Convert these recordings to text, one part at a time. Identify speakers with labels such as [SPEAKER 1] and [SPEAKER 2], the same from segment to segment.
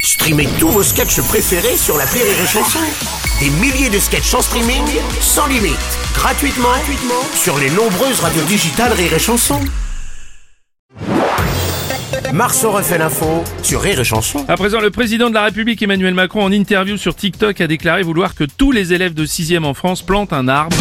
[SPEAKER 1] Streamez tous vos sketchs préférés sur la Rire et Chanson. Des milliers de sketchs en streaming, sans limite, gratuitement, gratuitement sur les nombreuses radios digitales Rire et Chanson. Marceau refait l'info sur Rire et Chanson.
[SPEAKER 2] À présent, le président de la République Emmanuel Macron en interview sur TikTok a déclaré vouloir que tous les élèves de 6e en France plantent un arbre.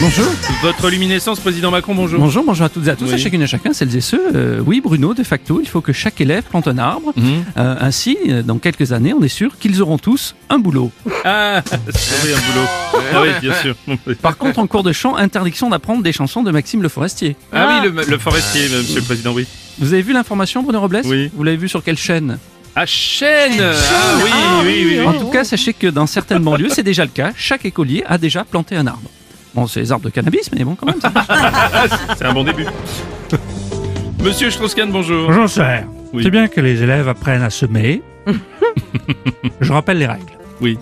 [SPEAKER 3] Bonjour.
[SPEAKER 2] Votre luminescence, président Macron, bonjour.
[SPEAKER 3] Bonjour, bonjour à toutes et à tous,
[SPEAKER 2] Oui.
[SPEAKER 3] à chacune et à chacun, celles et ceux. Euh, oui, Bruno, de facto, il faut que chaque élève plante un arbre.
[SPEAKER 2] Mhm.
[SPEAKER 3] Euh, ainsi, euh, dans quelques années, on est sûr qu'ils auront tous un boulot.
[SPEAKER 2] Ah, c'est un boulot. Ah oui, bien sûr.
[SPEAKER 3] Par contre, en cours de chant, interdiction d'apprendre des chansons de Maxime Le Forestier.
[SPEAKER 2] Ah oui, le, le forestier, euh, monsieur le président, oui.
[SPEAKER 3] Vous avez vu l'information, Bruno Robles
[SPEAKER 2] Oui.
[SPEAKER 3] Vous l'avez vu sur quelle chaîne
[SPEAKER 2] Ah, chaîne Ah oui, oui, oui. oui.
[SPEAKER 3] En tout cas, sachez que dans certaines banlieues, c'est déjà le cas. Chaque écolier a déjà planté un arbre. Bon, c'est les arbres de cannabis, mais bon, quand même. ça marche.
[SPEAKER 2] C'est un bon début. Monsieur Strauss-Kahn, bonjour.
[SPEAKER 4] Bonjour, Sir.
[SPEAKER 2] Oui.
[SPEAKER 4] C'est bien que les élèves apprennent à semer. Je rappelle les règles.
[SPEAKER 2] Oui.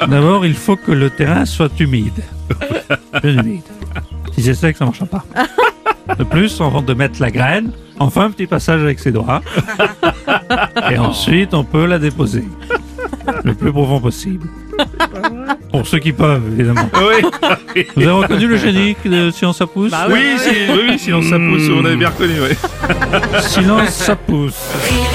[SPEAKER 4] D'abord, il faut que le terrain soit humide. Bien humide. Si c'est sec, ça ne marchera pas. De plus, on rentre de mettre la graine. Enfin, un petit passage avec ses doigts. Et ensuite, on peut la déposer. Le plus profond possible. Pour ceux qui peuvent, évidemment.
[SPEAKER 2] Oui,
[SPEAKER 4] Vous avez reconnu le génique de Science à pousse
[SPEAKER 2] oui, si, oui, oui, sinon ça pousse, on avait bien reconnu, ouais.
[SPEAKER 4] Silence, ça pousse.
[SPEAKER 1] Rire